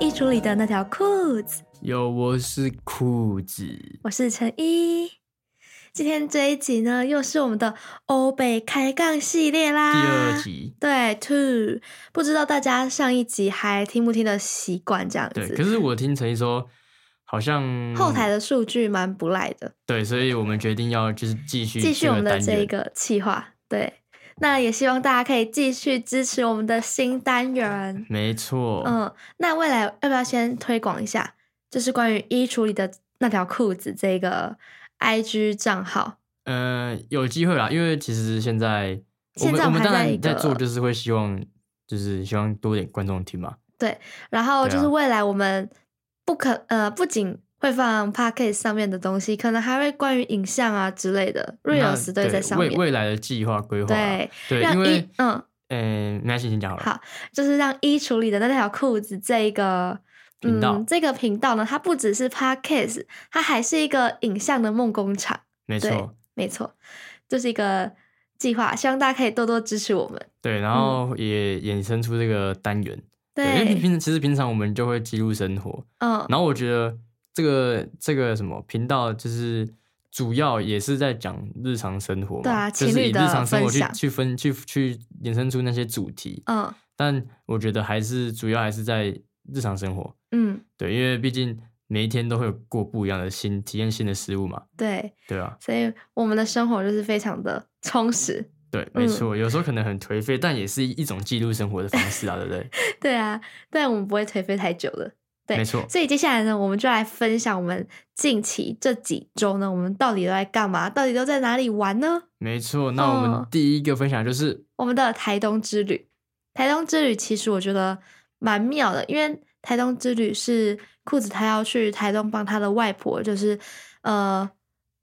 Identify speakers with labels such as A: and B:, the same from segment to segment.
A: 衣橱里的那条裤子。
B: 有，我是裤子。
A: 我是陈一。今天这一集呢，又是我们的欧北开杠系列啦。
B: 第二集，
A: 对，two，不知道大家上一集还听不听的习惯这样
B: 对，
A: 子。
B: 可是我嗯听陈毅说，好像
A: 后台的数据蛮不赖的，
B: 对，所以我们决定要就是继续
A: 继续我们的
B: 单
A: 这一
B: 元
A: 个企划。对，那也希望大家可以继续支持我们的新单元。
B: 没错，
A: 嗯，那未来要不要先推广一下，就是关于衣橱里的那条裤子这个 IG 账号？
B: 呃，有机会啦，因为其实现在我
A: 现
B: 们
A: 在
B: 我
A: 我
B: 们
A: 还
B: 当
A: 在一
B: 然
A: 个
B: 在做，就是会希望就是希望多点观众听嘛，
A: 然后
B: 对啊
A: 就是未来我们不可、呃，不仅会放 p a c k a s e 上面的东西，可能还会关于影像啊之类的
B: 那
A: ，Reels 都会在上
B: 未
A: 面。
B: 未来的计划规划啊，
A: 对，
B: 对，因
A: 让
B: 为
A: 衣嗯，
B: 嗯，耐心先讲好了，
A: 好就是让衣橱里的那条裤子这一个。
B: 频道
A: 嗯，这个频道呢，它不只是 podcast，它还是一个影像的梦工厂。
B: 没
A: 对
B: 错，
A: 没错，就是一个计划，希望大家可以多多支持我们。
B: 对，然后也衍生出这个单元，因为
A: 对，
B: 平其实平常我们就会记录生活，
A: 嗯，
B: 然后我觉得这个这个什么频道就是主要也是在讲日常生活嘛，
A: 对啊
B: 就是
A: 情
B: 以
A: 侣
B: 日
A: 的
B: 常生活
A: 分
B: 去
A: 享
B: 去分去去衍生出那些主题，
A: 嗯
B: 但我觉得还是主要还是在日常生活，
A: 嗯，
B: 对，因为毕竟每一天都会有过不一样的新体验新的事物嘛，
A: 对，
B: 对啊，
A: 所以我们的生活就是非常的充实。
B: 对，
A: 嗯
B: 没错，有时候可能很颓废，但也是一种记录生活的方式啊，对不对？
A: 对啊，但我们不会颓废太久了。 对
B: 没错，
A: 所以接下来呢，我们就来分享我们近期这几周呢，我们到底都在干嘛？到底都在哪里玩呢？
B: 没错。那我们
A: 嗯
B: 第一个分享就是，
A: 我们的台东之旅。台东之旅其实我觉得蛮妙的，因为台东之旅是裤子他要去台东帮他的外婆，就是呃，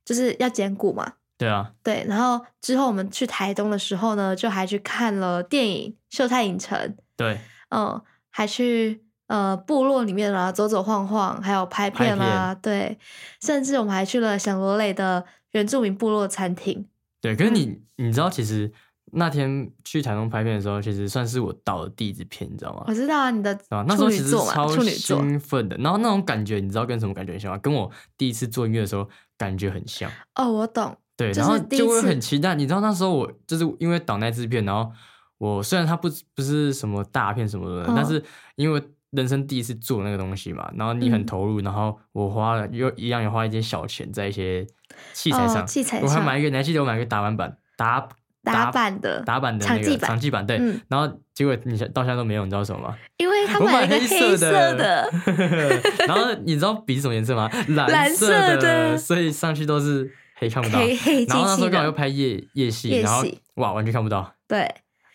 A: 就是要捡骨嘛。
B: 对啊，
A: 对，然后之后我们去台东的时候呢，就还去看了电影《秀泰影城》，
B: 对，
A: 嗯，还去呃部落里面啊走走晃晃，还有拍片啦、对，甚至我们还去了响罗磊的原住民部落餐厅，
B: 对，可是你、
A: 嗯
B: 你知道，其实那天去台东拍片的时候，其实算是我导的第一支片，你知道吗
A: 我？知道啊，你的
B: 啊，那时候
A: 处
B: 其
A: 女
B: 实
A: 座嘛，
B: 超
A: 处女座，
B: 兴奋的，然后那种感觉，你知道跟什么感觉很像吗？跟我第一次做音乐的时候感觉很像，
A: 哦，我懂，
B: 对，
A: 就是
B: 然后
A: 第一
B: 就会
A: 次
B: 很期待。你知道那时候我就是因为导那支片，然后我虽然它不不是什么大片什么的，
A: 嗯
B: 但是因为人生第一次做那个东西嘛，然后你很
A: 嗯
B: 投入，然后我花了又一样也花一些小钱在一些器材上，
A: 哦，器材
B: 我还
A: 上
B: 买一个，你还记得我买一个打板板打
A: 打板的，
B: 打板的
A: 场
B: 那
A: 记
B: 个
A: 板
B: 长记板，对。
A: 嗯
B: 然后结果你现到现在都没有，你知道什么吗？
A: 因为他
B: 我
A: 买了
B: 买
A: 一个
B: 黑色
A: 色
B: 的
A: 的
B: 然后你知道笔是什么颜色吗？蓝
A: 蓝
B: 色
A: 色的
B: 所以上去都是黑看不到。
A: 黑黑漆
B: 然后那时
A: 漆
B: 候刚好又
A: 的，
B: 拍夜夜戏，
A: 夜
B: 然后
A: 戏
B: 哇完全看不到。
A: 对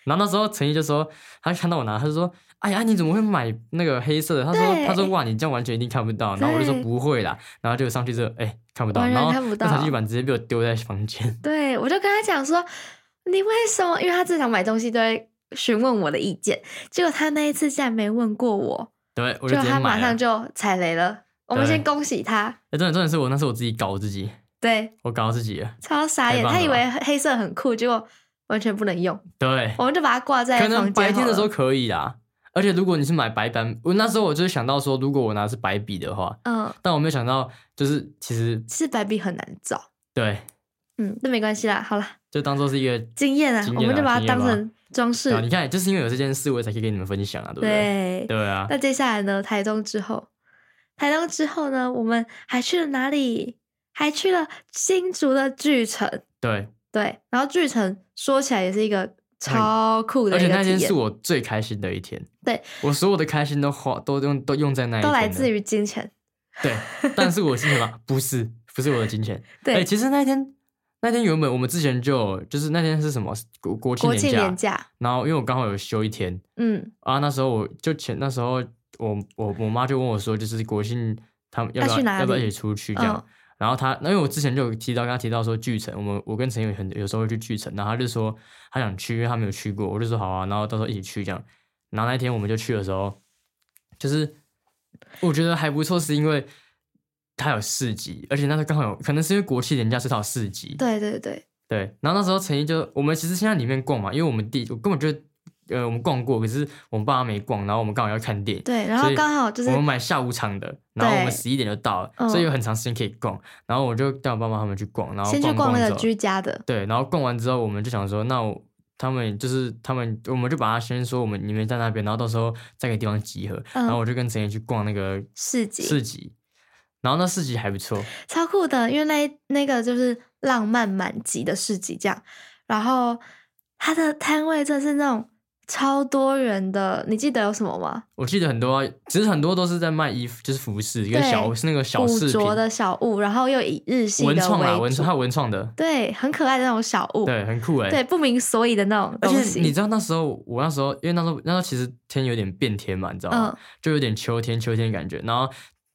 B: 然后那时候陈毅就说，他看到我拿，他就说：“哎呀，你怎么会买那个黑色的？”他说：“
A: 对
B: 他说哇，你这样完全一定看不到。”然后我就说：“
A: 对
B: 不会啦。”然后就上去之后，哎、看不到。
A: 完全
B: 然后
A: 看不
B: 那
A: 到
B: 长记板直接被我丢在房间。
A: 对，我就跟他讲说，你为什么？因为他正常买东西都会询问我的意见，结果他那一次竟然没问过我，
B: 对，我就
A: 就
B: 直接
A: 他
B: 买
A: 马
B: 了。
A: 上就踩雷了。我们
B: 对
A: 先恭喜他，
B: 哎、重点重点是我那是我自己搞我自己，
A: 对，
B: 我搞我自己了。
A: 超傻
B: 太
A: 眼，
B: 棒
A: 他
B: 了
A: 以
B: 吧
A: 为黑色很酷，结果完全不能用，
B: 对，
A: 我们就把它挂在
B: 可
A: 房间
B: 能白天的时候
A: 好了，
B: 可以啦。而且如果你是买白板，我那时候我就是想到说，如果我拿的是白笔的话，
A: 嗯，
B: 但我没有想到，就是其实
A: 是白笔很难找，
B: 对，
A: 嗯，那没关系啦，好啦，
B: 就当做是一个
A: 经验啊，
B: 经
A: 我
B: 验
A: 们就
B: 啊
A: 把它
B: 经验
A: 当
B: 吧
A: 成装饰
B: 对啊，你看，就是因为有这件事，我才可以跟你们分享啊，对不对？
A: 对
B: 对啊，
A: 那接下来呢？台东之后，台东之后呢，我们还去了哪里？还去了新竹的巨城，
B: 对，
A: 对。然后巨城说起来也是一个超酷的
B: 哎而
A: 一
B: 且
A: 个
B: 那
A: 体
B: 天是
A: 验，
B: 我最开心的一天，
A: 对
B: 我所有的开心都花都用都用在那一天
A: 都
B: 了，
A: 来自于金钱。
B: 对， 但是我是什么？不是，不是我的金钱。
A: 对，
B: 哎其实那天那天原本我们之前就有就是那天是什么国国庆
A: 国庆
B: 假，
A: 年假，
B: 然后因为我刚好有休一天，
A: 嗯，
B: 啊，那时候我就前那时候我我我妈就问我说，就是国庆他们要
A: 要
B: 不要
A: 去哪
B: 要不要
A: 里
B: 一起出去这样？
A: 嗯
B: 然后他，那因为我之前就有提到跟他提到说巨城，我们我跟陈友很有时候会去巨城，然后他就说他想去，因为他没有去过，我就说好啊，然后到时候一起去这样。然后那天我们就去的时候，就是我觉得还不错，是因为他有四级，而且那时候刚好有可能是因为国庆年假，所以他有四级。
A: 对对对，
B: 对，然后那时候陈毅就我们其实现在里面逛嘛，因为我们第我根本就呃，我们逛过，可是我们爸妈没逛，然后我们刚好要看电影，
A: 对，然后
B: 所以
A: 刚好就是
B: 我们买下午场的，然后我们
A: 对
B: 十一点就到了，
A: 嗯
B: 所以有很长时间可以逛。然后我就带我爸妈他们去逛，然后
A: 先去
B: 逛
A: 逛那
B: 之
A: 个
B: 后
A: 居家的，
B: 对，然后逛完之后，我们就想说，那我他们就是他们，我们就把他先说我们你们在那边，然后到时候再给地方集合。
A: 嗯
B: 然后我就跟陈妍去逛那个
A: 市集
B: 市集，然后那市集还不错，
A: 超酷的，因为那一那个就是浪漫满级的市集这样，然后它的摊位真的是那种超多人的，你记得有什么吗？
B: 我记得很多、啊，其实很多都是在卖衣服，就是服饰跟
A: 对
B: 小是那个小
A: 古
B: 饰品，
A: 着的小物，然后又以日系
B: 文
A: 的
B: 创啊，
A: 为
B: 文
A: 主
B: 创，还有文创的，
A: 对，很可爱的那种小物，
B: 对，很酷哎、
A: 对，不明所以的那种
B: 而
A: 东
B: 且你
A: 西，
B: 知道那时候，我那时候因为那时候那时候其实天有点变天嘛，你知道吗？
A: 嗯
B: 就有点秋天秋天的感觉。然后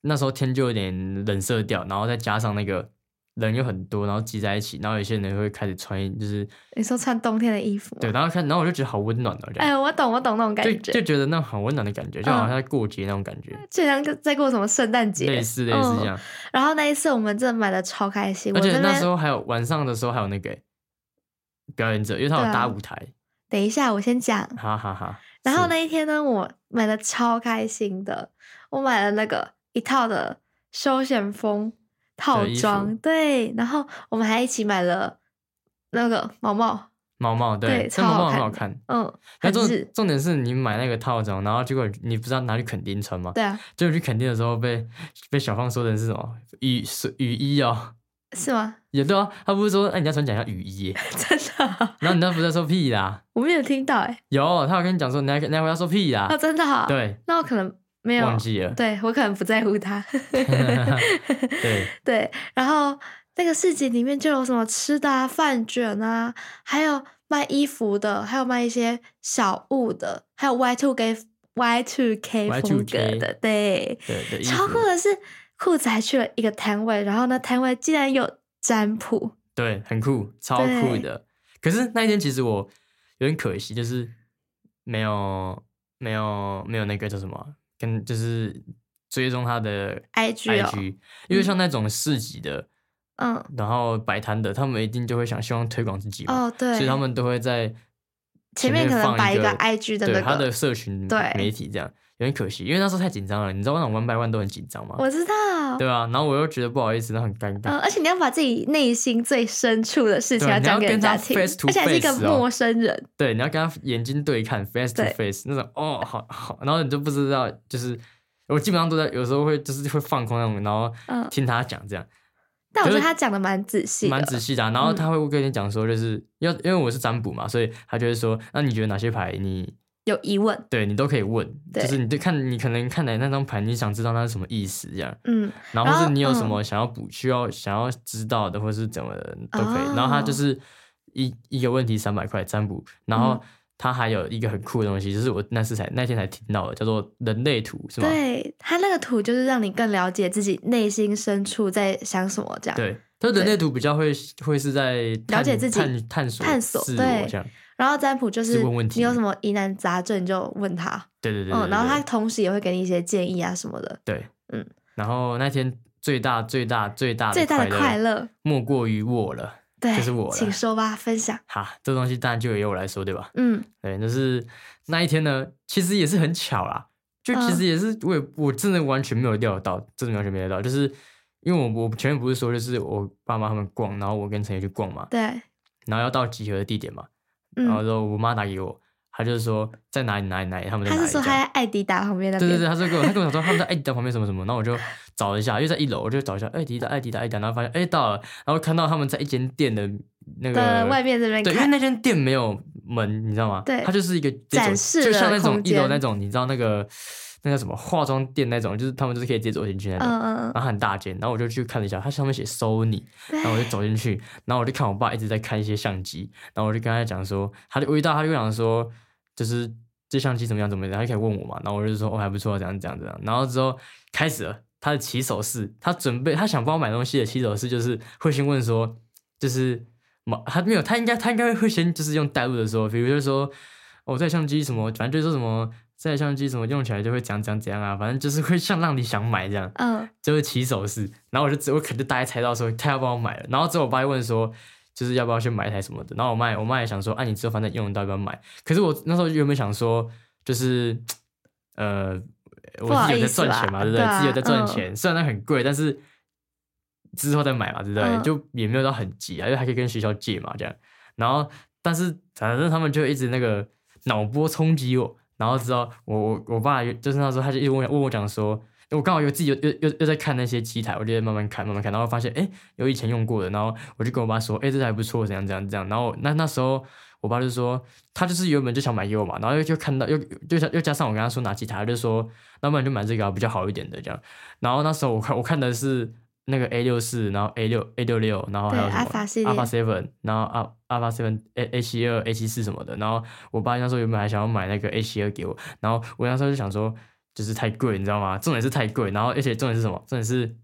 B: 那时候天就有点冷色调，然后再加上那个人又很多，然后挤在一起，然后有些人会开始穿，就是
A: 你说穿冬天的衣服吗，
B: 对，然后看，然后我就觉得好温暖哦，这样
A: 嗯哎，我懂，我懂那种感
B: 就
A: 觉，
B: 就觉得那种很温暖的感觉，就好像在过节那种感觉，
A: 就像在过什么圣诞节
B: 类似类似这。
A: 嗯
B: 样。
A: 然后那一次我们真的买的超开心，
B: 而
A: 我
B: 且
A: 这
B: 那
A: 边
B: 时候还有晚上的时候还有那个欸表演者，因为他
A: 对啊
B: 有搭舞台，
A: 等一下我先讲，
B: 哈哈哈。
A: 然后
B: 是？
A: 那一天呢，我买的超开心的，我买了那个一套的休闲风套
B: 的衣服
A: 装，对，然后我们还一起买了那个毛毛，
B: 毛毛对
A: 对，
B: 这
A: 超
B: 毛
A: 好
B: 毛很
A: 看
B: 好
A: 的
B: 看。
A: 嗯，
B: 那
A: 很
B: 重
A: 日，
B: 重点是你买那个套装，然后结果你不知道拿去垦丁穿吗？
A: 对 啊，
B: 结果去垦丁的时候被被小芳说的是什么雨是雨衣哦，
A: 是吗？
B: 也对啊，他不是说哎、你要穿假洋雨衣耶，
A: 真的啊，
B: 然后你那不是在说屁啦？
A: 我没有听到哎、
B: 有，他有跟你讲说你那那回要说屁啦
A: 哦，，真的啊，
B: 对，
A: 那我可能没有
B: 忘，记了，
A: 对我可能不在 乎它，
B: 对，
A: 对，然后那个市集里面就有什么吃的啊、饭卷啊，还有卖衣服的，还有卖一些小物的，还有 Y two K Y two K 风格
B: Y2K
A: 的，对，
B: 对对，衣
A: 超酷
B: 服，
A: 的是裤子还去了一个摊位，然后呢，摊位竟然有占卜，
B: 对，很酷，超酷
A: 对
B: 的。可是那一天其实我有点可惜，就是没有没有没有那个叫什么啊，跟就是追踪他的
A: IG 哦
B: IG，因为像那种市集的。
A: 嗯，
B: 然后摆摊的，他们一定就会想希望推广自己嘛，
A: 哦对，
B: 所以他们都会在
A: 前面
B: 面
A: 可能
B: 放
A: 摆一
B: 一
A: 个 IG 的那
B: 对他
A: 个
B: 的社群
A: 对
B: 媒体这样，有点可惜，因为那时候太紧张了，你知道那种 one by one 都很紧张嘛，
A: 我知道，
B: 对啊，然后我又觉得不好意思，那很尴尬，
A: 嗯，而且你要把自己内心最深处的事情
B: 对你
A: 讲
B: 要
A: 给人
B: 跟他
A: 家听，
B: face to
A: 而且还是一个
B: face 哦
A: 陌生人，
B: 对，你要跟他眼睛对看，face to
A: 对
B: face 那种，哦，好好，然后你就不知道，就是我基本上都在，有时候会就是会放空那种，然后
A: 嗯
B: 听他讲这样，
A: 但我觉
B: 就
A: 得
B: 是
A: 他讲的蛮仔细的，
B: 蛮仔细的啊、然后
A: 嗯
B: 他会跟你讲说，就是要因为我是占卜嘛，所以他就会说，那你觉得哪些牌你
A: 有疑问，
B: 对你都可以问，就
A: 对
B: 是你对看你可能看来那张盘，你想知道它是什么意思这样，
A: 嗯，
B: 然后或
A: 然
B: 是
A: 后嗯
B: 你有什么想要补、需要想要知道的，或是怎么的都可以。然后它
A: 哦
B: 就是一一个问题三百块占卜，然后
A: 嗯
B: 它还有一个很酷的东西，就是我那次才那天才听到的，叫做人类图是吗？
A: 对他那个图就是让你更了解自己内心深处在想什么这样。
B: 对，它人类图比较会会是在探
A: 了解自己
B: 探探索
A: 探索
B: 自
A: 对
B: 我这样。
A: 然后占卜就是
B: 是问问题
A: 你有什么疑难杂症你就问他，
B: 对对对对
A: 嗯，然后他
B: 对
A: 同时也会给你一些建议啊什么的。
B: 对，
A: 嗯，
B: 然后那天最大最大最大
A: 最大的快
B: 乐
A: 乐，
B: 莫过于我了。
A: 对，
B: 就是我了
A: 请说吧，分享。
B: 哈，这东西当然就由我来说，对吧？
A: 嗯，
B: 对，就是那一天呢，其实也是很巧啦，就其
A: 嗯
B: 实也是我也我真的完全没有料到，真的完全没料到，就是因为我我前面不是说就是我爸妈他们逛，然后我跟陈也去逛嘛，
A: 对，
B: 然后要到集合的地点嘛，然后
A: 嗯，
B: 之后我妈打给我，她就是说在哪里哪里哪里，他们在
A: 他
B: 哪
A: 是
B: 里这样。
A: 说他在艾迪达旁边那
B: 对
A: 边，
B: 对对，他说跟我，他跟我讲说他们在艾迪达旁边什么什么，然后我就找了一下，因为在一楼，我就找一下艾迪达、艾迪达、艾迪达，然后发现哎到了，然后看到他们在一间店的那个
A: 的呃外面这边
B: 对，因为
A: 看，
B: 那间店没有门，你知道吗？
A: 对
B: 它就是一个直接
A: 展
B: 走
A: 示
B: 就
A: 的
B: 像那种
A: 空
B: 一楼
A: 间
B: 那种，你知道那个那叫什么化妆店那种，就是他们就是可以直接走进去那种，
A: 嗯嗯嗯，
B: 然后很大间，然后我就去看了一下，它上面写 Sony，
A: 对
B: 然后我就走进去，然后我就看我爸一直在看一些相机，然后我就跟他讲说，他就我一到他就讲说，就是这相机怎么样怎么样，他就开始问我嘛，然后我就说哦还不错，怎样怎样怎样，然后之后开始了他的起手式，他准备他想帮我买东西的起手式就是会先问说，就是嘛他没有他应该他应该会先就是用代入的说，比如就是说哦这相机什么，反正就是说什么。这台相机什么用起来就会怎样怎样怎样啊，反正就是会像让你想买这样，
A: 嗯，
B: 就是起手式，然后我就只我可能就大概猜到说他要帮我买了，然后之后我爸就问说就是要不要去买一台什么的。然后我妈也我妈也想说，啊，你之后反正用得到要不要买？可是我那时候原本想说，就是呃，我自己有在赚钱嘛，
A: 不好意思啦
B: 对不对？
A: 对啊
B: 自己有在赚钱，虽然它很贵，但是之后再买嘛，对不对？
A: 嗯
B: 就也没有到很急啊，因为还可以跟学校借嘛，这样。然后，但是反正他们就一直那个脑波冲击我，然后知道我我我爸也就是那时候他就一直问我问我讲说，我刚好有自己又又又又在看那些机台，我就在慢慢看慢慢看，然后发现哎、诶有以前用过的，然后我就跟我爸说，哎、这台不错，怎样怎样怎样，然后那那时候。我爸就说，他就是原本就想买给我嘛，然后又就看到又就又加上我跟他说拿吉他，他就说，那不然就买这个、啊、比较好一点的这样。然后那时候我看我看的是那个 A 六四，然后 A 六 A 六六，然后还有
A: 对
B: 什么
A: Alpha 系列
B: Alpha Seven，然后 Al Alpha Seven A A 七二 A 七四什么的。然后我爸那时候原本还想要买那个 A 七二给我，然后我那时候就想说，就是太贵，你知道吗？重点是太贵，然后而且重点是什么？重点是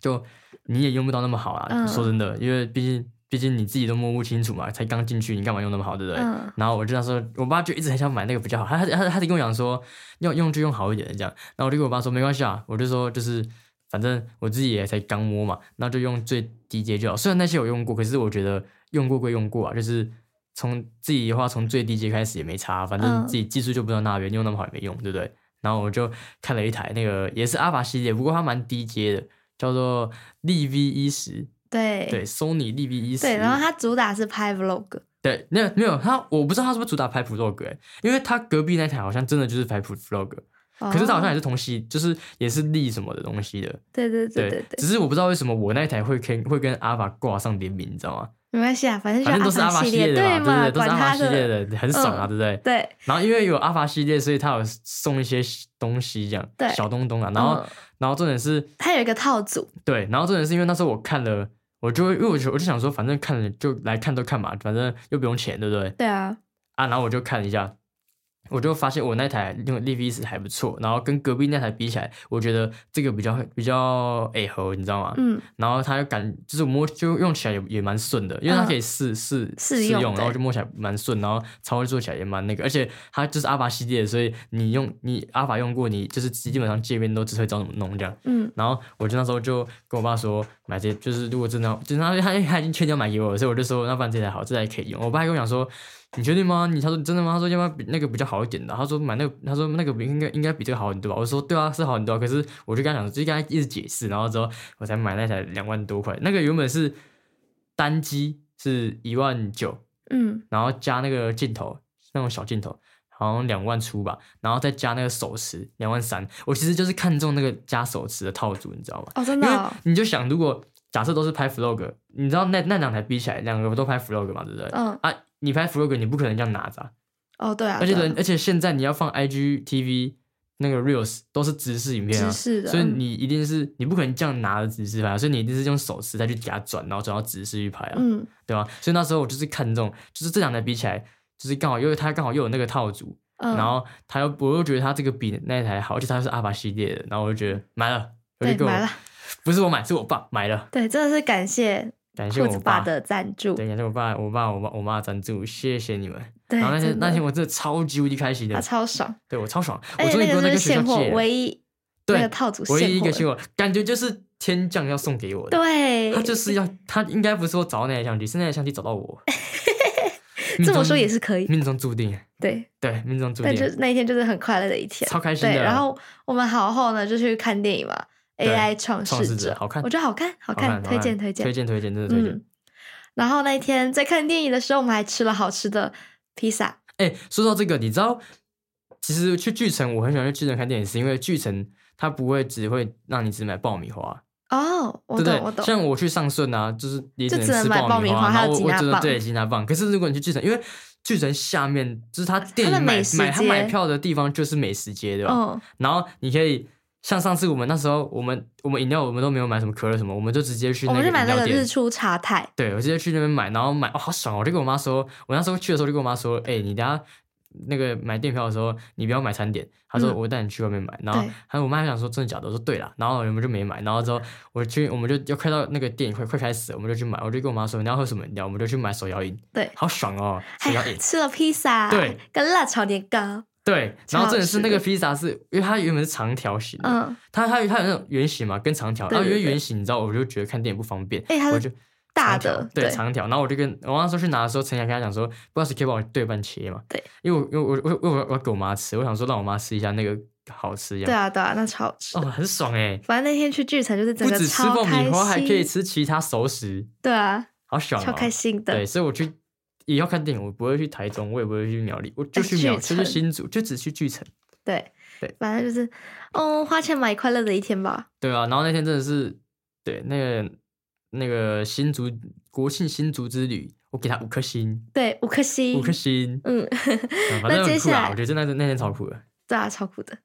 B: 就你也用不到那么好啊。
A: 嗯
B: 说真的，因为毕竟毕竟你自己都摸不清楚嘛，才刚进去，你干嘛用那么好，对不对？
A: 嗯
B: 然后我就那时候，我爸就一直很想买那个比较好，他他他他就跟我讲说，用用就用好一点的这样。然后我就跟我爸说没关系啊，我就说就是反正我自己也才刚摸嘛，那就用最低阶就好。虽然那些有用过，可是我觉得用过归用过啊，就是从自己的话从最低阶开始也没差，反正
A: 嗯
B: 自己技术就不到那边，用那么好也没用，对不对？然后我就看了一台那个也是阿法系列，不过它蛮低阶的，叫做力 V 一十，
A: 对
B: 对，Sony 力 V 一十。
A: 哎对，然后它主打是拍 vlog，
B: 对，那没有他，我不知道他是不是主打拍 vlog 哎、因为他隔壁那台好像真的就是拍 vlog，可是他好像也
A: 哦
B: 是同系，就是也是立什么的东西的，
A: 对对
B: 对
A: 对对对，
B: 只是我不知道为什么我那一台会跟会跟阿法挂上联名，你知道吗？
A: 没关系啊，反正就
B: 反正都是阿
A: 法
B: 法系列的
A: 对
B: 嘛，对
A: 嘛，
B: 对，都是
A: 管
B: 阿
A: 它
B: 法系列的，很爽啊，
A: 嗯
B: 对不对？
A: 对，
B: 然后因为有阿法系列，所以他有送一些东西这样
A: 对，
B: 小东东啊。然后、
A: 嗯
B: 然后重点是，
A: 它有一个套组，
B: 对，然后重点是因为那时候我看了，我就会因为我就我就想说，反正看了就来看都看嘛，反正又不用钱，对不对？
A: 对啊，
B: 啊，然后我就看了一下，我就发现我那台用的 v 十还不错，然后跟隔壁那台比起来，我觉得这个比较比较诶合，你知道吗？
A: 嗯，
B: 然后它就感就是摸就用起来也也蛮顺的，因为它可以试试、
A: 嗯试用
B: 用，然后
A: 对
B: 就摸起来蛮顺，然后操作起来也蛮那个，而且它就是阿法系列，所以你用你阿法用过，你就是基本上界面都只会知道怎么弄这样。
A: 嗯，
B: 然后我就那时候就跟我爸说，买这就是如果真的要，就是他他他已经确定要买给我了，所以我就说，那不然这台好，这台可以用。我爸还跟我讲说，你确定吗？你他说真的吗？他说要不要比那个比较好一点的？他说买那个，他说那个比应该应该比这个好很多吧？我说对啊，是好很多啊、可是我就跟他讲，就跟他一直解释，然后之后我才买那台两万多块，那个原本是单机是一万九，
A: 嗯，
B: 然后加那个镜头，那种小镜头，好像两万出吧，然后再加那个手持两万三。我其实就是看中那个加手持的套组，你知道吗？
A: 哦，真
B: 因
A: 的
B: 为
A: 哦，
B: 你就想，如果假设都是拍 vlog，你知道那那两台比起来，两个都拍 vlog 嘛，对不对？
A: 嗯，
B: 啊，你拍 vlog 你不可能这样拿着啊、
A: 哦，对啊，
B: 而且
A: 对啊
B: 人，而且现在你要放 IG TV 那个 reels 都是直视影片啊
A: 直，视的，
B: 所以
A: 嗯
B: 你一定是你不可能这样拿着直视拍啊，所以你一定是用手持再去夹转，然后转到直视去拍啊。
A: 嗯，
B: 对吧、所以那时候我就是看中，就是这两台比起来，就是刚好因为它刚好又有那个套组，
A: 嗯
B: 然后它又我又觉得它这个比那一台好，而且它又是阿巴系列的，然后我就觉得买了，我
A: 对
B: 就跟我
A: 买了，
B: 不是我买，是我爸买了，
A: 对，真的是感谢
B: 感谢
A: 裤
B: 我
A: 子
B: 爸
A: 爸，的赞助，
B: 对，感谢我爸，我爸，我爸，我妈的赞助，谢谢你们。
A: 对，
B: 然后那天
A: 真的
B: 那天我真的超级无敌开心的
A: 他，超爽，
B: 对我超爽，
A: 而
B: 我
A: 且
B: 终于
A: 那
B: 不用
A: 个
B: 再
A: 就是
B: 跟学校
A: 现货
B: 借，了，
A: 唯一
B: 对
A: 那个套组
B: 唯一一个
A: 现
B: 现
A: 货
B: 货，感觉就是天降要送给我
A: 的，
B: 的，
A: 对，
B: 他就是要他应该不是我找到那台相机，是那台相机找到 我，命
A: 这么
B: 中
A: 说也是可以，
B: 命中注定。
A: 对，
B: 对，命中注
A: 但
B: 定
A: 就，那一天就是很快乐的一天，
B: 超开心
A: 对，
B: 的。
A: 然后我们好后呢就去看电影嘛
B: 对
A: ，AI 创
B: 创世
A: 者
B: 者，好看
A: 我觉得好看，好
B: 好
A: 看，
B: 看，
A: 推荐
B: 好看
A: 推荐
B: 推荐推荐，真的推荐
A: 嗯。。然后那一天在看电影的时候，我们还吃了好吃的披萨。
B: 哎，说到这个，你知道，其实去巨城，我很喜欢去巨城看电影，是因为巨城它不会只会让你只买爆米花，
A: 哦，
B: 对
A: 我
B: 不
A: 懂
B: 对
A: 我？懂，
B: 像我去上顺啊，就是也
A: 就只能
B: 吃
A: 买爆
B: 米
A: 米花还
B: 然
A: 有
B: 后
A: 吉
B: 我我
A: 拿
B: 觉得
A: 棒
B: 对吉拿棒。可是如果你去巨城，因为巨城下面就是它电
A: 它的
B: 影买
A: 美食
B: 买它买
A: 街
B: 票的地方就是美食街，对吧？
A: 嗯，
B: 然后你可以像上次我们那时候，我们我们饮料我们都没有买什么可乐什么，我们就直接去
A: 我
B: 那个
A: 们是
B: 饮
A: 买那
B: 料
A: 个
B: 店
A: 日。出茶太，
B: 对，我直接去那边买，然后买哦，好爽哦！我就跟我妈说，我那时候去的时候就跟我妈说，哎、你等下那个买电票的时候，你不要买餐点。她说
A: 嗯
B: 我带你去外面买，然后
A: 对
B: 还有我妈还想说真的假的，我说对啦，然后我们就没买，然后之后我去我们就要快到那个电影快快开始了，我们就去买，我就跟我妈说你要喝什么饮料，我们就去买手摇饮，
A: 对
B: 好爽哦，手
A: 还
B: 摇饮。
A: 哎吃了披萨，
B: 对，
A: 跟辣炒年糕，
B: 对，然
A: 超
B: 后
A: 好
B: 真的是
A: 吃
B: 那个
A: 的
B: 披萨是因为它原本是长条形的，
A: 嗯，
B: 它它有它有那种圆形嘛，跟长条，
A: 对
B: 然后因
A: 对
B: 为
A: 对
B: 圆形，你知道，我就觉得看电影不方便，
A: 哎它
B: 我
A: 是
B: 就
A: 大
B: 长条
A: 的
B: 对
A: 对
B: 长条。然后我就跟我那时候去拿的时候，陈雅跟他讲说，不知道谁可以帮我对半切嘛？
A: 对，
B: 因为我因为我我我我我要给我妈吃，我想说让我妈试一下那个好吃一样。
A: 对啊对啊，那超好吃。
B: 哦，很爽哎、
A: 反正那天去巨城就是整
B: 不
A: 个
B: 只吃
A: 超
B: 爆
A: 开
B: 米
A: 心，
B: 花，还可以吃其他熟食，
A: 对啊，
B: 好爽、哦，
A: 超开心的
B: 对，。所以我去以后看电影，我不会去台中，我也不会去苗栗，我就
A: 哎
B: 去
A: 巨
B: 苗，就去
A: 城
B: 新竹，就只去巨城。
A: 对
B: 对
A: 反正就是，哦，花钱买快乐的一天吧。
B: 对啊，然后那天真的是，对那个那个新竹国庆新竹之旅，我给他五颗星，
A: 对，五颗星，
B: 五颗星。
A: 嗯，
B: 嗯反
A: 那
B: 正
A: 接
B: 很酷
A: 下
B: 啊，
A: 来
B: 我觉得真的是那天超酷的，
A: 对啊，超酷的，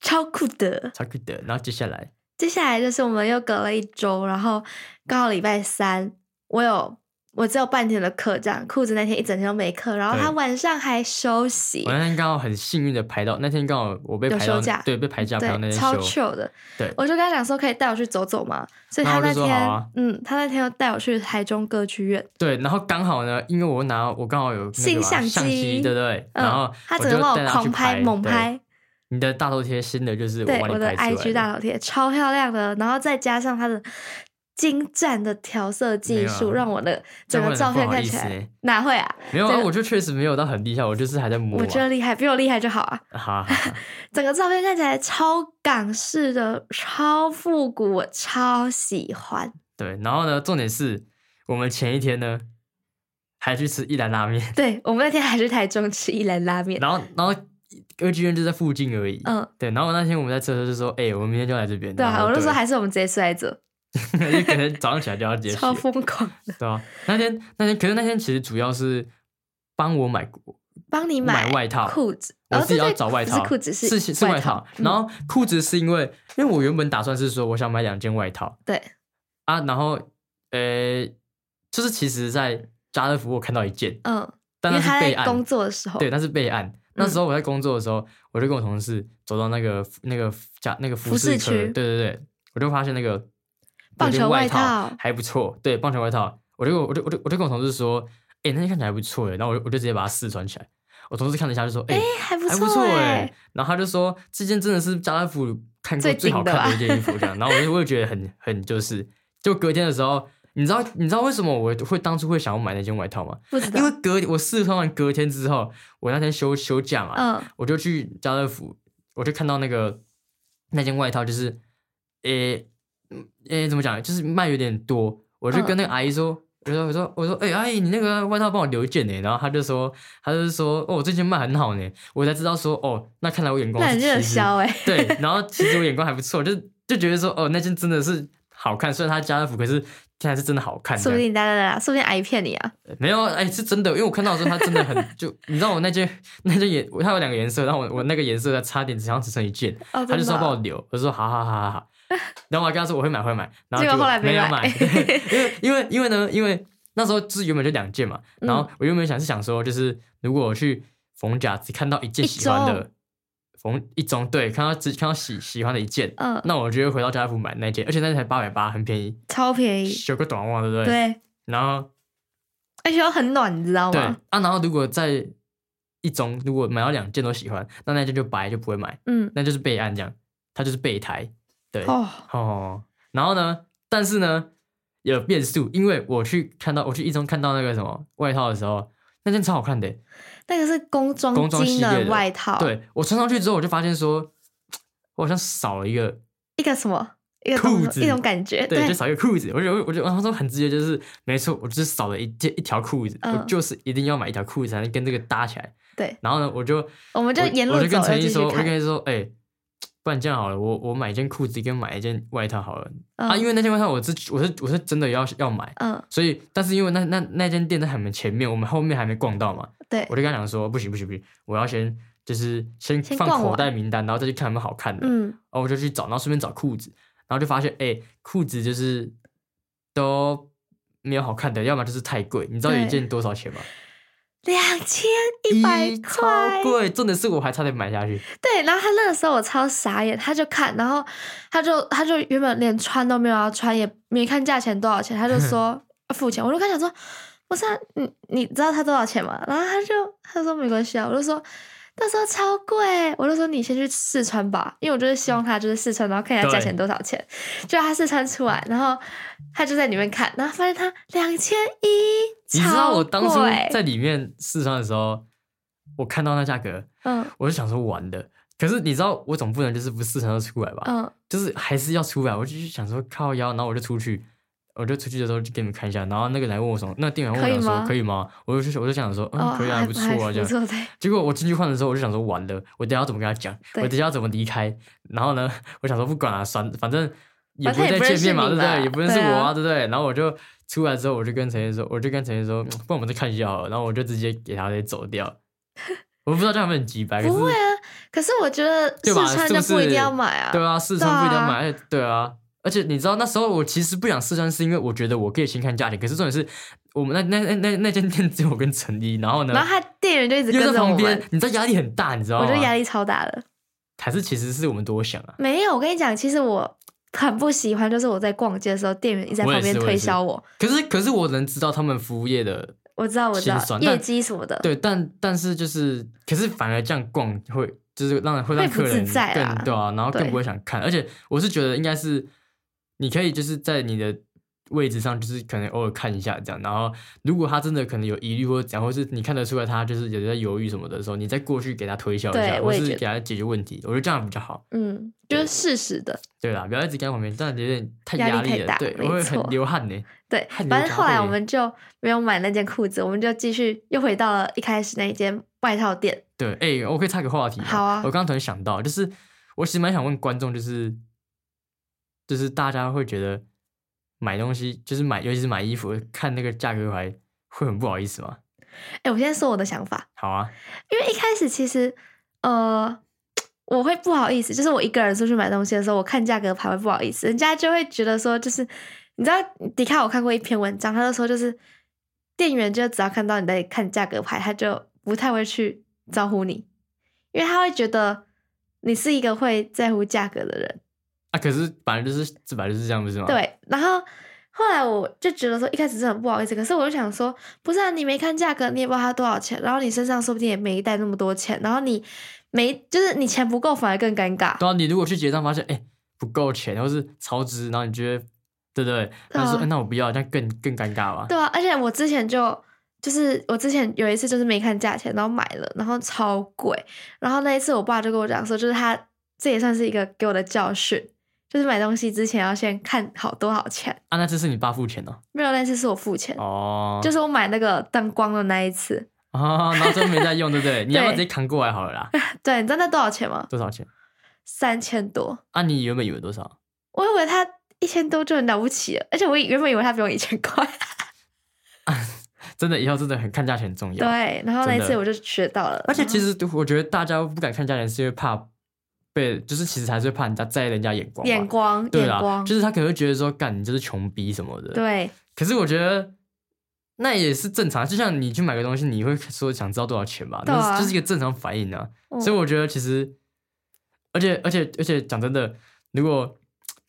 A: 超酷的。
B: 超酷的。然后接下来，
A: 接下来就是我们又隔了一周，然后刚好礼拜三，我有我只有半天的课，这样裤子那天一整天都没课，然后他
B: 对
A: 晚上还休息
B: 我，那天刚好很幸运的排到，那天刚好我被
A: 有
B: 排
A: 休
B: 到
A: 假，
B: 对，被排假排到那
A: 对，
B: 天
A: 超
B: 休。
A: chill 的。
B: 对
A: 我就跟他讲说可以带我去走走嘛，所以
B: 那
A: 他
B: 我就
A: 那
B: 说
A: 天，
B: 好啊
A: 嗯，他那天又带我去台中歌剧院，
B: 对，然后刚好呢，因为我拿我刚好有那
A: 新
B: 个嘛
A: 相
B: 相
A: 机
B: 机，对不对？
A: 嗯
B: 然后
A: 他
B: 我
A: 整个
B: 就
A: 帮
B: 带
A: 我
B: 他去
A: 狂
B: 拍，
A: 猛
B: 对
A: 拍。
B: 你的大头贴新的就是
A: 对
B: 我帮
A: 我
B: 你
A: 的
B: 拍出
A: IG
B: 来
A: 大头贴超漂亮的，然后再加上它的精湛的调色技术，
B: 没有啊
A: 让我的
B: 这样
A: 整
B: 会
A: 个
B: 很
A: 照片
B: 不好
A: 看
B: 意
A: 起
B: 思
A: 来
B: 欸
A: 哪会啊？
B: 没有
A: 这
B: 啊，
A: 个
B: 我就确实没有到很厉害，我就是还在摸、啊。
A: 我觉得厉害，比我厉害就好啊！
B: 好好好
A: 整个照片看起来超港式的，超复古，我超喜欢。
B: 对，然后呢，重点是我们前一天呢还去吃一兰拉面，
A: 对我们那天还去台中吃一兰拉面，
B: 然后然后歌剧院就在附近而已。
A: 嗯，
B: 对，然后那天我们在车上就说，哎、我们明天就来这边。
A: 对
B: 然
A: 啊，
B: 后
A: 我那时候
B: 哦对
A: 还是我们直接睡在这，
B: 就可能早上起来就要接续
A: 超疯狂。
B: 对啊，那天那天可是那天其实主要是帮我买
A: 帮你
B: 买外套
A: 裤子，
B: 我
A: 哦
B: 自己
A: 对
B: 要
A: 对
B: 找外
A: 不
B: 套，
A: 是裤子
B: 是
A: 是
B: 是外
A: 套
B: 套。。
A: 嗯
B: 然后裤子是因为，因为我原本打算是说我想买两件外套
A: 对
B: 啊，然后呃，就是其实在家乐福我看到一件，
A: 嗯，因
B: 但
A: 为
B: 那是
A: 他
B: 备
A: 在
B: 案，
A: 工作的时候，
B: 对，那是备案。那
A: 嗯
B: 时候我在工作的时候，我就跟我同事走到那个那个家那个服
A: 服
B: 饰
A: 饰
B: 科，
A: 区
B: 对对对，我就发现那个
A: 棒
B: 有件
A: 球
B: 外
A: 外套
B: 还不错，对，棒球外套，我就我就我就我就跟我同事说，哎、那件看起来还不错哎，然后我就我就直接把它试穿起来。我同事看了一下就说，哎、
A: 还不
B: 还不
A: 错
B: 错哎、
A: 哎、
B: 然后他就说这件真的是家乐福看过
A: 最
B: 最好
A: 顶的啊
B: 看的
A: 吧
B: 一件衣服，这样。然后我就我就觉得很很就是，就隔天的时候，你知道你知道为什么我会当初会想要买那件外套吗？
A: 不知道
B: 因为，隔我试穿完隔天之后，我那天休休假嘛，
A: 嗯，
B: 我就去家乐福，我就看到那个那件外套就是，诶、嗯诶、怎么讲，就是卖有点多，我就跟
A: 嗯
B: 那个阿姨说。我说我说我说哎、阿姨你那个外套帮我留一件呢，然后她就说她就说哦这件卖很好呢，我才知道说哦那看来我眼光
A: 那
B: 是
A: 很
B: 其
A: 热
B: 实
A: 销哎、
B: 对，然后其实我眼光还不错，就就觉得说哦那件真的是好看，虽然它家乐福可是它还是真的好看，这
A: 说
B: 样
A: 不定大家啦，说不定阿姨骗你啊，
B: 没有，哎、是真的，因为我看到的时候，它真的很就，你知道我那件 那件颜，它有两个颜色，然后我我那个颜色它差点只想只剩一件，
A: 哦，
B: 他
A: 真
B: 就
A: 的
B: 说帮我
A: 哦，
B: 留，我就说好好好好好，然后我还跟他说我会买会买，然后
A: 结果后来没
B: 没有
A: 买
B: 对因为因为因为呢，因为那时候就是原本就两件嘛，
A: 嗯
B: 然后我原本想是想说，就是如果我去逢甲只看到一件
A: 一
B: 喜欢
A: 中
B: 的，逢一中对，看到只看到喜喜欢的一件，
A: 嗯，
B: 那我就会回到家乐福买那件，而且那件才八百八，很便宜，
A: 超便宜，
B: 修个短袜对不对？
A: 哎对，
B: 然后。
A: 而且又很暖，你知道
B: 对
A: 吗？
B: 啊，然后如果在一中如果买到两件都喜欢，那那件就白就不会买，
A: 嗯，
B: 那就是备案这样，它就是备胎。对哦
A: 哦，
B: 然后呢，但是呢有变数，因为我去看到我去一中看到那个什么外套的时候，那件超好看的、
A: 那个是工装
B: 工装系
A: 机
B: 列
A: 能
B: 的
A: 外套，，
B: 对我穿上去之后，我就发现说，我好像少了一个，
A: 一个什么一个动
B: 裤
A: 作
B: 子
A: 一种感觉，
B: 对，就少一个裤子。我就我就然后说很直接，就是没错，我就是少了一件一条裤子，我
A: 嗯
B: 就是一定要买一条裤子才能跟这个搭起来。
A: 对，
B: 然后呢，我就
A: 我们就
B: 我
A: 沿路
B: 我就
A: 走
B: 跟
A: 又
B: 陈毅
A: 继续
B: 说，我就
A: 看
B: 跟他说，哎、不然这样好了，我我买一件裤子跟买一件外套好了、啊，
A: 嗯
B: 因为那件外套我是我是我是真的要要买，
A: 嗯，
B: 所以但是因为那那那间店在很前面，我们后面还没逛到嘛，
A: 对
B: 我就跟他讲说，不行不行不行，我要先就是先
A: 先
B: 放
A: 逛
B: 口
A: 完
B: 袋名单，然后再去看有没有好看的，
A: 嗯，
B: 然后我就去找，然后顺便找裤子，然后就发现哎、裤子就是都没有好看的，要么就是太贵，你知道有一
A: 对
B: 件多少钱吗？
A: 两千一百
B: 咦超，
A: 块
B: 贵，重点是我还差点买下去。
A: 对，然后他那个时候我超傻眼，他就看，然后他就他就原本连穿都没有要穿，也没看价钱多少钱，他就说要付钱。我就跟他讲说，不是、啊、你你知道他多少钱吗？然后他就他说没关系啊，我就说。那时候超贵，我就说你先去试穿吧，因为我就是希望他就是试穿，然后看一下价钱多少钱。就他试穿出来，然后他就在里面看，然后发现他两千一，
B: 你知道
A: 超
B: 我当初
A: 贵
B: 在里面试穿的时候，我看到那价格，
A: 嗯
B: 我就想说玩的。可是你知道，我总不能就是不试穿就出来吧？
A: 嗯
B: 就是还是要出来。我就去想说靠腰，然后我就出去，我就出去的时候就给你们看一下。然后那个来问我说，那店员问
A: 可以
B: 我说
A: 吗
B: 可以吗？我就我就想说，嗯，
A: 哦
B: 可以啊，
A: 还
B: 不错
A: 还
B: 啊，这
A: 不
B: 样。
A: 错对，
B: 结果我进去换的时候，我就想说完了，我等一下要怎么跟他讲？我
A: 对
B: 等一下要怎么离开？然后呢， 我想说不管了、反反正也
A: 反
B: 不会
A: 正也
B: 再
A: 不认
B: 见面
A: 识
B: 嘛，
A: 你
B: 对不
A: 吧
B: 对？也不认识
A: 对
B: 我
A: 啊
B: 啊，对不对？然后我就出来之后，我就跟陈燕说，我就跟陈燕说，嗯不然我们再看一下好了。然后我就直接给他给走掉。 我不知道这样会很鸡掰，可是
A: 不会啊。可是我觉得
B: 对
A: 试
B: 吧
A: 穿
B: 是
A: 就
B: 不
A: 不一
B: 是
A: 定要买啊。
B: 对啊，试穿不一定要
A: 对
B: 买，
A: 啊
B: 而且对啊，而且你知道那时候我其实不想试穿，是因为我觉得我可以先看价钱，可是重点是我们那那那那那间店只有我跟陈一，然后呢
A: 然后他店员就一直
B: 又
A: 跟
B: 在
A: 着
B: 旁
A: 我
B: 边
A: 们，，
B: 你知道压力很大，你知道
A: 我
B: 吗？
A: 觉得压力超大的。
B: 还是其实是我们多想啊。
A: 没有，我跟你讲，其实我很不喜欢，就是我在逛街的时候，店员一直在
B: 我也
A: 旁边
B: 是我也
A: 推
B: 是
A: 销我。
B: 可是可是我能知道他们服务业的
A: 我知道，我知
B: 心
A: 道
B: 酸，
A: 业
B: 但
A: 绩什么的。
B: 对，但但是就是，可是反而这样逛会就是让人会
A: 会
B: 让
A: 不
B: 客人
A: 自在啦
B: 更对啊，然后更
A: 对
B: 不会想看，而且我是觉得应该是你可以就是在你的。位置上就是可能偶尔看一下这样，然后如果他真的可能有疑虑或者怎样，或是你看得出来他就是有在犹豫什么的时候，你再过去给他推销一下，
A: 对
B: 或
A: 我也
B: 是
A: 觉得
B: 给他解决问题，我觉得这样比较好。
A: 嗯，就是事实的。
B: 对啦，不要一直跟在旁边，这样有点太
A: 压力
B: 力
A: 太
B: 了，
A: 大
B: 对，
A: 没
B: 我会很
A: 错
B: 流汗呢。
A: 对，
B: 汗流
A: 反正
B: 浃
A: 后来
B: 背
A: 我们就没有买那件裤子，我们就继续又回到了一开始那一间外套店。
B: 对，哎、我可以插个话题吗。
A: 好啊
B: 我刚刚突然想到，就是我其实蛮想问观众，就是就是大家会觉得买东西，就是买，尤其是买衣服，看那个价格牌会很不好意思吗？
A: 哎，我先说我的想法，
B: 好啊，
A: 因为一开始其实呃，我会不好意思，就是我一个人出去买东西的时候，我看价格牌会不好意思，人家就会觉得说，就是你知道，迪卡我看过一篇文章，他就说就是店员就只要看到你在看价格牌，他就不太会去招呼你，因为他会觉得你是一个会在乎价格的人。
B: 啊，可是本来就是，这本来就是这样，不是吗？，
A: 对，然后后来我就觉得说，一开始是很不好意思，可是我就想说，不是啊，你没看价格，你也不知道它多少钱，然后你身上说不定也没带那么多钱，然后你没就是你钱不够，反而更尴尬。
B: 对啊，你如果去结账发现，哎、不够钱，或是超支，然后你觉得，对不对？他就说、
A: 啊
B: 哎那我不要，这样更更尴尬吧？
A: 对啊，而且我之前就就是我之前有一次就是没看价钱，然后买了，然后超贵，然后那一次我爸就跟我讲说，就是他这也算是一个给我的教训，就是买东西之前要先看好多少钱。
B: 啊，那这是你爸付钱哦。
A: 没有那次是我付钱，
B: 哦，
A: 就是我买那个灯光的那一次。
B: 啊，然后真没在用，对不对？你要不要直
A: 对
B: 接扛过来好了 啦？
A: 对，你知道那多少钱吗？
B: 多少钱？
A: 三千多，
B: 啊，你原本以为多少？
A: 我以为他一千多就很了不起了，而且我以原本以为他不用一千 块。
B: 真的以后真的很看价钱很重要。，
A: 对，啊然后那
B: 真
A: 一
B: 的
A: 次我就学到了。嗯
B: 而且其
A: 实
B: 实我觉得大家不敢看价钱，是因为怕被，就是其实还是怕人家在意人家眼光吧。
A: 眼光，
B: 对
A: 眼
B: 啦，
A: 光，
B: 就是他可能会觉得说，干你就是穷逼什么的。。
A: 对
B: 可是我觉得那也是正常，就像你去买个东西，你会说想知道多少钱吧，
A: 对啊
B: 那是就是一个正常反应啊。
A: 嗯
B: 所以我觉得其实，而且而且而且讲真的，如果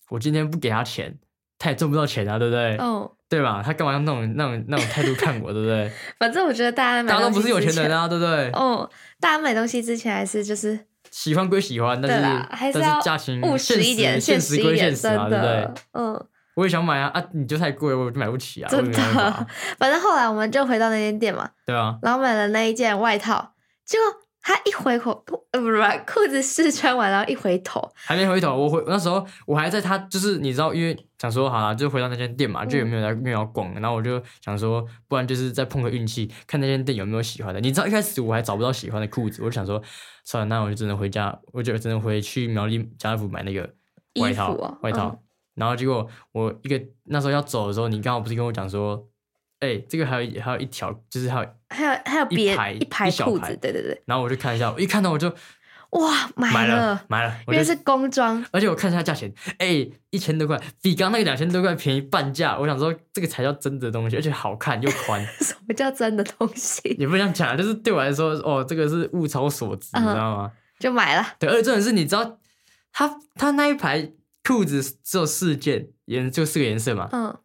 B: 我今天不给他钱，他也赚不到钱啊，对不对？
A: 嗯，
B: 对吧？他干嘛用那种那种那种态度看我，对不 对？
A: 反正我觉得大家买
B: 大家都
A: 东
B: 不
A: 西
B: 是有
A: 之
B: 钱人
A: 前。
B: 啊，对不对？
A: 嗯，大家买东西之前还是就是
B: 喜欢归喜欢，但
A: 对
B: 是
A: 啦，还
B: 但
A: 要
B: 是价钱
A: 务
B: 现
A: 实一点，
B: 现
A: 实
B: 实
A: 一
B: 归
A: 点，
B: 现实
A: 真
B: 啊，对不对
A: 的？，嗯，
B: 我也想买啊啊！你就太贵，我就买不起啊，我也
A: 真
B: 没办
A: 的
B: 法，。
A: 反正后来我们就回到那间店嘛，
B: 对啊，
A: 然后买了那一件外套，结果他一回口，呃，不是不是裤子试穿完，然后一回头，
B: 还没回头，我回那时候我还在他就是你知道，因为想说好了，就回到那间店
A: 嗯
B: 嘛，就有没有在没有要逛，然后我就想说，不然就是再碰个运气，看那间店有没有喜欢的。你知道一开始我还找不到喜欢的裤子，我就想说，算了，那我就只能回家，我就只能回去苗栗家乐福买那个外套
A: 衣服哦
B: 外套。
A: 嗯
B: 然后结果我一个那时候要走的时候，你刚好不是跟我讲说，哎、这个还有一还有一条，就是还有，
A: 还有还有
B: 一
A: 别
B: 排
A: 一排
B: 一小
A: 裤
B: 排
A: 子，对对对，
B: 然后我就看一下，我一看到我就
A: 哇，买
B: 买
A: 了，
B: 买了，我
A: 因
B: 就
A: 为是工装，
B: 而且我看一下价钱，哎、一千多块，比刚那个两千多块便宜半价。我想说，这个才叫真的东西，而且好看又 宽。
A: 什么叫真的东西？
B: 也不是这样讲啊，就是对我来说，哦，这个是物超所值，
A: 嗯
B: 你知道吗？
A: 就买了，
B: 对，而且重点是，你知道，他他那一排裤子只有四件颜，就四个颜色嘛，
A: 嗯，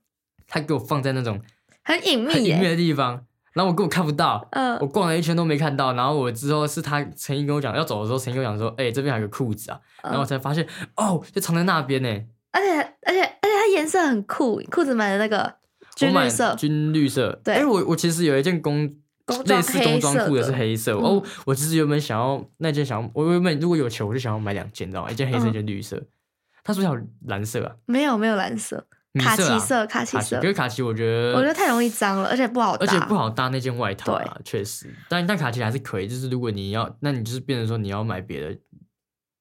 B: 他给我放在那种
A: 很隐
B: 很
A: 秘
B: 隐秘
A: 耶，
B: 的地方，然后我根本看不到，
A: 嗯
B: 我逛了一圈都没看到。然后我之后是他陈毅跟我讲要走的时候，陈毅跟我讲说，哎、这边还有个裤子啊，
A: 嗯
B: 然后我才发现哦，就藏在那边呢。
A: 而且而且而且它颜色很酷，裤子买的那个
B: 我
A: 军
B: 买
A: 绿色，
B: 军绿色。
A: 对
B: 哎、我我其实有一件工
A: 工装
B: 类似工装裤的是黑色。
A: 黑色的嗯
B: 哦，我其实原本想要那件想要，我原本如果有钱，我就想要买两件，你知道吗？一件黑色，
A: 嗯
B: 一件绿色。它是不是还有蓝色啊？
A: 没有没有蓝色，
B: 米
A: 卡
B: 啊
A: 其色卡其
B: 卡
A: 色
B: 可，是卡其我觉得，
A: 我觉得太容易脏了，而且不好
B: 而
A: 搭，
B: 且不好搭那件外套啊，确实。但但卡其还是可以，就是如果你要，那你就是变成说你要买别的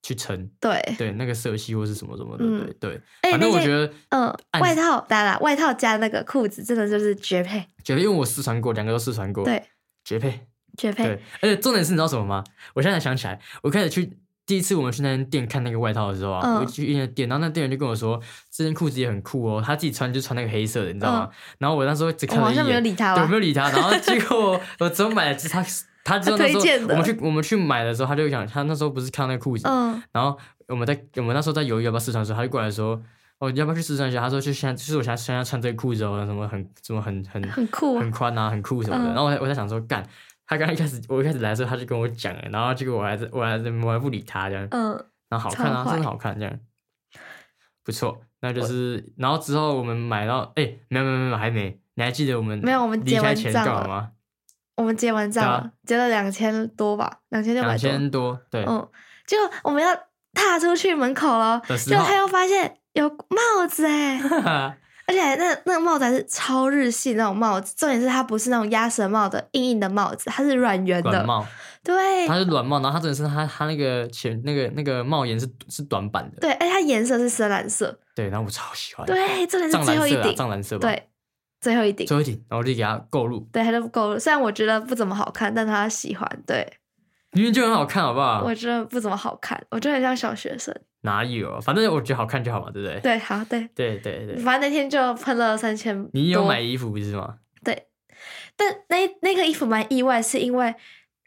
B: 去撑，
A: 对，
B: 对那个色系或是什么什么的，
A: 嗯
B: 对对。
A: 而且
B: 反
A: 那
B: 正我
A: 件
B: 觉得，
A: 嗯
B: 暗
A: 外套，当然啦外套加那个裤子真的就是绝配，
B: 觉得因为我试穿过，两个都试穿过，
A: 对，
B: 绝配。
A: 绝配
B: 对，而且重点是你知道什么吗？我现在才想起来，我开始去第一次我们去那间店看那个外套的时候啊，
A: 嗯
B: 我去一间店，然后那店员就跟我说，这件裤子也很酷哦，他自己穿就穿那个黑色的，你知道吗？然后我那时候只
A: 嗯我
B: 看了
A: 好
B: 一
A: 像没有
B: 眼，
A: 理他
B: 对，我没
A: 吧，
B: 有理他，然后结果我只有买了他。他知道那时
A: 推荐
B: 候
A: 的
B: 我们去我们去买的时候，他就讲他那时候不是看那个裤子，
A: 嗯
B: 然后我们在我们那时候在犹豫要不要试穿的时候，他就过来说，哦，你要不要去试穿一下？他说就现在，就是我现在现在穿这个裤子哦，什么很什么很很
A: 很酷
B: 很宽啊，很酷什么的。然
A: 嗯
B: 后我在我在想说，干，他刚一开始我一开始来的时候他就跟我讲了，然后结果我还在我还在我还不理他这样，
A: 嗯
B: 然后好看啊，
A: 超坏
B: 真的好看这样，不错。那就是，然后之后我们买到，哎、没有没有没有，还没，你还记得我们
A: 没有我们
B: 离
A: 结
B: 开
A: 完
B: 前
A: 账
B: 干嘛
A: 了
B: 吗？
A: 我们结完账
B: 对啊
A: 了，结了两千多吧，两千六
B: 两
A: 百多，
B: 千多，对，
A: 嗯，结果我们要踏出去门口了，
B: 的时
A: 结果
B: 候
A: 他，又发现有帽子哎、而且那那个帽子还是超日系那种帽子，重点是它不是那种鸭舌帽的硬硬的帽子，它是软圆
B: 短
A: 的，
B: 帽，
A: 对
B: 它是短帽，然后它真的是它它那个前那个那个帽檐是是短版的，
A: 对，而且它颜色是深蓝色，
B: 对，然后我超喜欢，
A: 对，重点
B: 藏
A: 是最后
B: 蓝
A: 一
B: 色啊，
A: 顶，
B: 藏蓝色吧，，
A: 对，最后一顶
B: 最，后一顶，然后我就给它购入，
A: 对，它就不够了。虽然我觉得不怎么好看，但他喜欢，对
B: 明明就很好看，好不好？
A: 我觉得不怎么好看，我觉得很像小学生，
B: 哪有？反正我觉得好看就好嘛，对不对？
A: 对，好对，
B: 对对对
A: 反正那天就喷了三千，
B: 你有买衣服不是吗？
A: 对，但那那个衣服蛮意外，是因为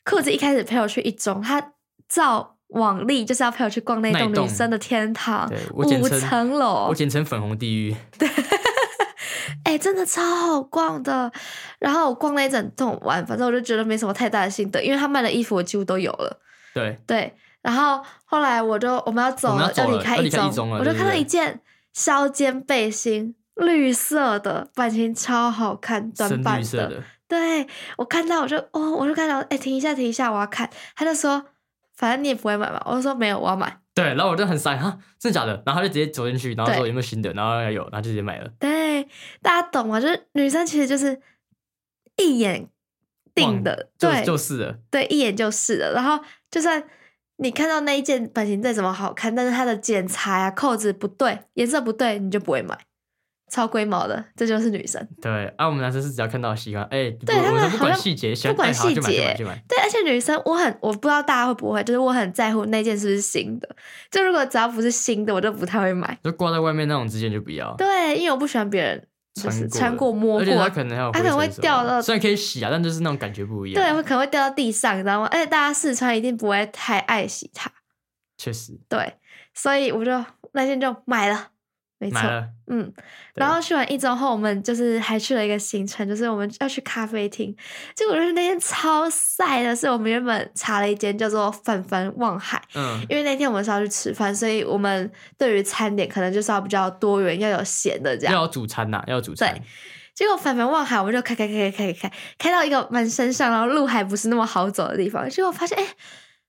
A: 裤子一开始陪我去一中，他照往例就是要陪我去逛那
B: 那一
A: 栋
B: 栋
A: 女生的天堂
B: 对，我简
A: 五
B: 称
A: 层楼
B: 我，简称粉红地狱。
A: 哎、真的超好逛的。然后我逛了一整栋完，反正我就觉得没什么太大的心得，因为他卖的衣服我几乎都有了。
B: 对，
A: 对，然后后来我就我们要走
B: 我们要
A: 了，
B: 走了
A: 离开
B: 要
A: 一
B: 离开
A: 中，
B: 一中了
A: 我就
B: 对不
A: 看到
B: 对
A: 一件削肩背心，绿色的，版型超好看，短
B: 深
A: 版
B: 绿色的，
A: 对我看到我就哦，我就看到哎、停一下，停一下，我要看。他就说，反正你也不会买嘛。我就说没有，我要买。
B: 对，然后我就很傻哈，真的假的？然后他就直接走进去，然后说
A: 对
B: 有没有新的，然后有，然后就直接买了。
A: 对，大家懂吗？就是女生其实就是一眼定
B: 忘
A: 的，
B: 就
A: 对
B: 就是了，
A: 对，一眼就是的。然后就算你看到那一件版型再怎么好看，但是它的剪裁啊、扣子不对、颜色不对，你就不会买。超龟毛的，这就是女生。
B: 对。啊，我们男生是只要看到喜欢，哎，
A: 对
B: 我
A: 他
B: 我
A: 们
B: 都不
A: 好
B: 管
A: 像
B: 细节，喜欢
A: 不管
B: 哎好
A: 细
B: 就买就
A: 节
B: 买就买。
A: 对，而且女生我很我不知道大家会不会，就是我很在乎那件是不是新的。就如果只要不是新的，我就不太会买。
B: 就挂在外面那种之前就不要，
A: 对，因为我不喜欢别人就是
B: 过
A: 穿过
B: 的
A: 摸
B: 而且它
A: 过，
B: 可能还有
A: 它
B: 灰
A: 可能
B: 尘
A: 会
B: 什么
A: 掉
B: 的
A: 到
B: 虽然可以洗啊，但就是那种感觉不一样。
A: 对，会可能会掉到地上，你知道吗？而且大家试穿一定不会太爱惜它，
B: 确实
A: 对，所以我就那天就买了，没错
B: 买，了。
A: 嗯。
B: 对
A: 然后去完一周后，我们就是还去了一个行程，就是我们要去咖啡厅。结果就是那天超晒的，所以我们原本查了一间叫做“反凡望海”，
B: 嗯，
A: 因为那天我们是要去吃饭，所以我们对于餐点可能就是要比较多元，要有咸的这样。
B: 要有主餐呐，要有主餐。
A: 结果反反望海，我们就开开开开开开开到一个蛮山上，然后路还不是那么好走的地方。结果发现，哎，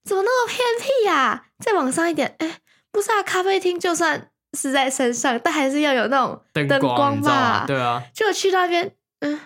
A: 怎么那么偏僻呀、再往上一点，哎，不是啊，咖啡厅就算是在山上，但还是要有那种
B: 灯
A: 灯
B: 光，你知道
A: 吧
B: 吗？。对啊，
A: 结果去到那边，嗯，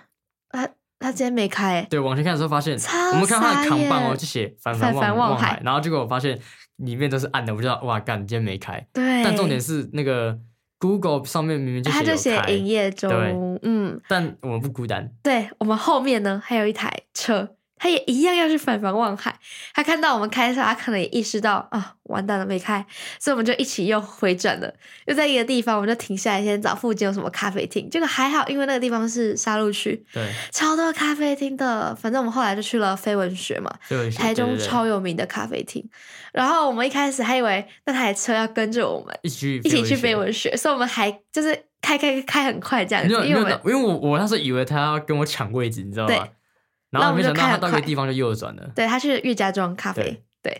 A: 他他今天没开、诶
B: 对，往前看的时候发现
A: 超，
B: 我们看到它的
A: 傻
B: 扛棒哦，
A: 眼
B: 就写“反
A: 反
B: 反
A: 反
B: 望
A: 望
B: 望
A: 海
B: 海”，然后结果我发现里面都是暗的，我就知道哇，干，今天没开。
A: 对。
B: 但重点是那个 Google 上面明明就
A: 他就
B: 写
A: 写
B: 有
A: 营
B: 开，
A: 业中
B: 对，
A: 嗯，
B: 但我们不孤单，
A: 对我们后面呢还有一台车，他也一样要去反方望海。他看到我们开的时候，他可能也意识到啊，完蛋了没开，所以我们就一起又回转了，又在一个地方，我们就停下来先找附近有什么咖啡厅。结果还好，因为那个地方是沙鹿区，
B: 对，
A: 超多咖啡厅的。反正我们后来就去了飞文学嘛，
B: 所以我就写
A: 台
B: 对
A: 中
B: 对对
A: 超有名的咖啡厅。然后我们一开始还以为那台车要跟着我们
B: 一起去
A: 一起去
B: 飞
A: 飞
B: 文学。
A: 文学，所以我们还就是开开开很快这样
B: 你
A: 子
B: 有，你
A: 因为
B: 有
A: 我
B: 脑
A: 们，
B: 因为我我那时候以为他要跟我抢位置，你知道
A: 对
B: 吗？然后
A: 那我
B: 没
A: 们就
B: 想到
A: 开
B: 他
A: 很
B: 到一个
A: 快
B: 地方就右转了。
A: 对他去了岳家庄咖啡。对，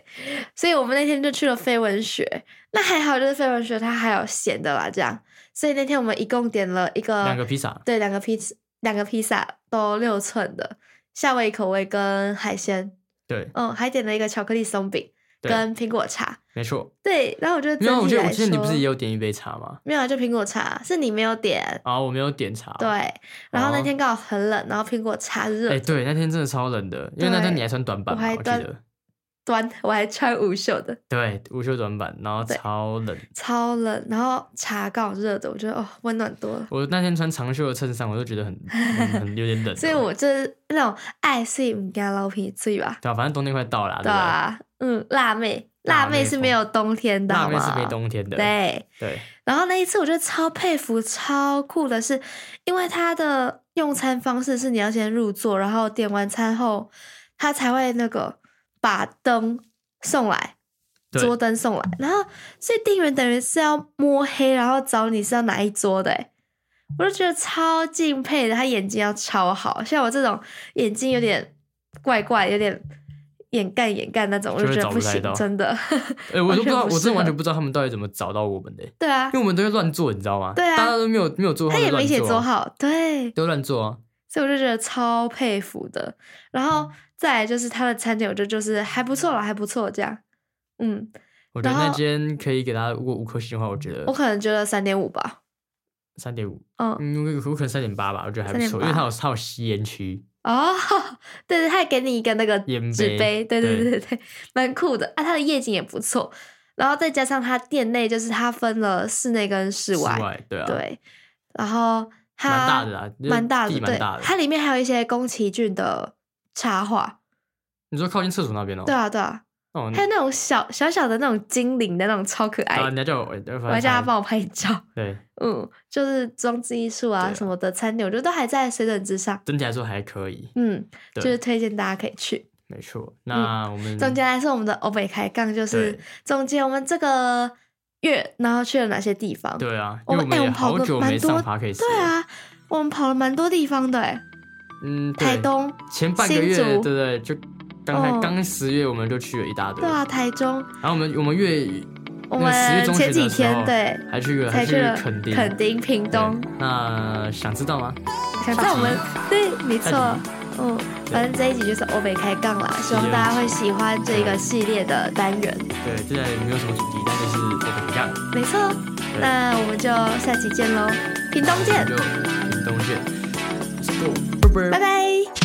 A: 所以我们那天就去了飞文学。那还好，就是飞文学它还有咸的啦，这样。所以那天我们一共点了一个
B: 两个披萨，
A: 对，两啊个披萨，两个披萨都六寸的，夏威夷口味跟海鲜，
B: 对
A: 嗯，还点了一个巧克力松饼
B: 对，
A: 跟苹果茶。
B: 没错。
A: 对，然后我觉得
B: 没有，
A: 整
B: 我
A: 体
B: 记得
A: 来
B: 我记得你不是也
A: 说
B: 有点一杯茶吗？
A: 没有啊，就苹果茶，是你没有点。
B: 啊，我没有点茶。
A: 对，然后那
B: 哦
A: 天刚好很冷，然后苹果茶热，
B: 哎，对，那天真的超冷的，因为那天
A: 对
B: 你还穿短版
A: 我
B: 嘛，
A: 还
B: 我记
A: 端
B: 得。
A: 端我还穿无袖的，
B: 对，无袖短版，然后
A: 对
B: 超冷。
A: 超冷，然后茶刚好热的，我觉得哦，温暖多了。
B: 我那天穿长袖的衬衫，我都觉得很很很有点 冷了。哦
A: 所以我就是那种爱睡不干老皮醉吧，
B: 对啊，反正冬天快到了啊，
A: 对
B: 对不
A: 啊，嗯，辣妹，
B: 辣
A: 辣妹
B: 妹
A: 是
B: 风
A: 没有冬天的，
B: 对？
A: 好
B: 那边是
A: 吗
B: 没冬天的。
A: 对，
B: 对
A: 然后那一次我觉得超佩服、超酷的是，因为它的用餐方式是你要先入座，然后点完餐后，他才会那个把灯送来，
B: 对
A: 桌灯送来。然后所以店员等于是要摸黑，然后找你是要哪一桌的、欸。我就觉得超敬佩的，他眼睛要超好，像我这种眼睛有点怪怪，有点眼干眼干那种，我
B: 就
A: 就
B: 会
A: 觉得
B: 找
A: 不
B: 不太
A: 行
B: 到，
A: 真的。
B: 哎，我
A: 完
B: 都不
A: 全
B: 知道，
A: 不
B: 我真
A: 适
B: 的完
A: 合
B: 全不知道他们到底怎么找到我们的，因
A: 对啊
B: 为，我们都会乱做，你知道吗？
A: 对啊
B: 大家都没有没有做好
A: 他
B: 就
A: 也
B: 乱做啊，
A: 没写桌号，对。
B: 都乱做啊。
A: 所以我就觉得超佩服的。然
B: 嗯
A: 后再来就是他的餐点，我觉得就是还不错了，还不错这样。嗯，
B: 我觉得
A: 然
B: 那
A: 后嗯
B: 间可以给他，如果五颗星的话，我觉得
A: 我可能觉得三点五吧。
B: 三点五，
A: 嗯，
B: 嗯，我我可能三点八吧，我觉得还不错，
A: 3.8
B: 因为它有它有吸烟区，
A: 哦， 对对，他还给你一个那个
B: 烟
A: 纸
B: 杯
A: 对对
B: 对
A: 对对，蛮酷的啊。它的夜景也不错，然后再加上它店内就是它分了室内跟室
B: 室
A: 外，
B: 外对啊，
A: 对，然后它
B: 蛮大的啦，就是
A: 蛮大的，
B: 地蛮
A: 对
B: 大，的。
A: 它里面还有一些宫崎骏的插画，
B: 你说靠近厕所那边哦，
A: 对啊对啊，
B: 哦，
A: 还有那种小小小的那种精灵的那种超可爱
B: 啊，
A: 的
B: 人，家叫我，我
A: 我还叫他帮我拍照。
B: 对，
A: 嗯，就是装置艺术
B: 对
A: 啊
B: 啊
A: 什么的餐点，我觉得都还在水准之上。
B: 整体来说还可以，
A: 嗯，就
B: 对
A: 是推荐大家可以去。
B: 没错。那我们
A: 总结来说，我们的欧北开杠嗯就是
B: 对
A: 总结我们这个月，然后去了哪些地方。
B: 对啊，
A: 我
B: 因为
A: 们
B: 我们也
A: 哎我们跑
B: 好
A: 过
B: 久
A: 蛮
B: 没
A: 多
B: 上 p a r k
A: 对，啊，我们跑了蛮多地方的哎、
B: 嗯，对
A: 台东，
B: 前半个月，
A: 新
B: 对
A: 竹
B: 不对，就刚开
A: 哦
B: 刚十月我们就去了一大堆
A: 对，啊，台中，
B: 然后我们我们月
A: 我
B: 那十月
A: 们
B: 中
A: 前
B: 旬的
A: 几
B: 时
A: 天
B: 候
A: 对
B: 还去了
A: 才
B: 还
A: 去了
B: 垦丁，
A: 垦丁、屏东，
B: 对那想知道吗？
A: 想在我们 对，没错
B: 下集，
A: 嗯，反正这一集就是欧北开杠啦，希望大家会喜欢这个系列的单元。
B: 对，这也没有什么主题，但就是我们一样，
A: 没错，
B: 对
A: 那我们就下期见喽，屏东见，
B: 就屏东见，
A: 拜拜。